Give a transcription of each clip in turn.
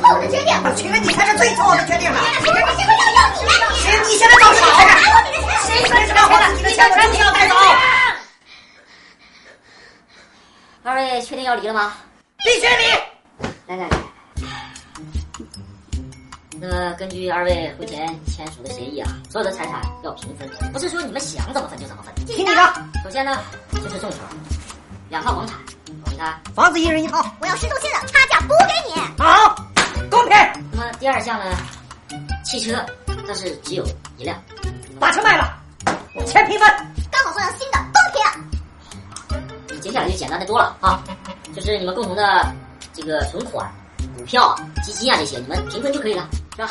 我去问你，那是最错误的决定了。谁知道这个要要你呀？谁？你现在找谁拿去？我你的钱！谁啊谁知道花了你的钱？我真的要带走。二位确定要离了吗？必须离。来来来。那么根据二位婚前签署的协议啊，所有的财产要平分，不是说你们想怎么分就怎么分。听你的，首先呢，这是众筹，两套房产，你看。房子一人一套。我要市中心的，差价补给你。好，公平，那么第二项呢，汽车，但是只有一辆。把车卖了，钱平分。刚好换到新的，公平。接下来就简单的多了啊，就是你们共同的这个存款、股票、基金啊这些，你们平分就可以了，是吧？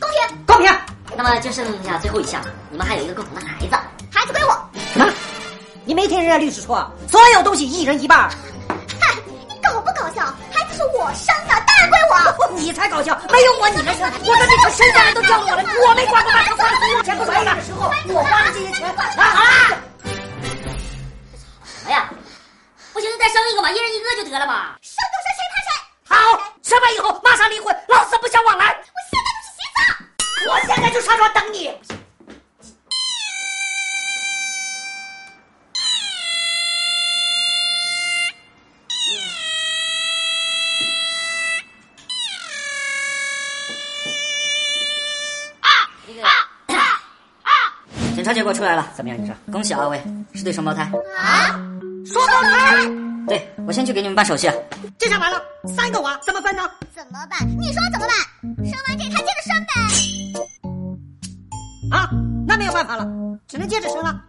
公平，公平，那么就剩下最后一项，你们还有一个共同的孩子，孩子归我。什么？你没听人家律师说，所有东西一人一半儿？嗨，你搞不搞笑？孩子是我生的，当然归我。 你才搞笑，没有我你没事。我的这个身家人都交给我了，我没管过大头花了钱不管的时候，我花的这些钱啊啊！什么哎呀？不行，再生一个吧，一人一个就得了嘛。生动生谁怕谁？好，生完以后马上离婚，老死不相往来。我现在就去洗澡。我现在就上床等你。这个啊检查结果出来了，怎么样？你说？恭喜二位是对双胞胎。说到哪儿？对我先去给你们办手续啊。这下完了，三个娃怎么分呢？怎么办？你说怎么办？生完这胎接着生呗。啊，那没有办法了，只能接着生了。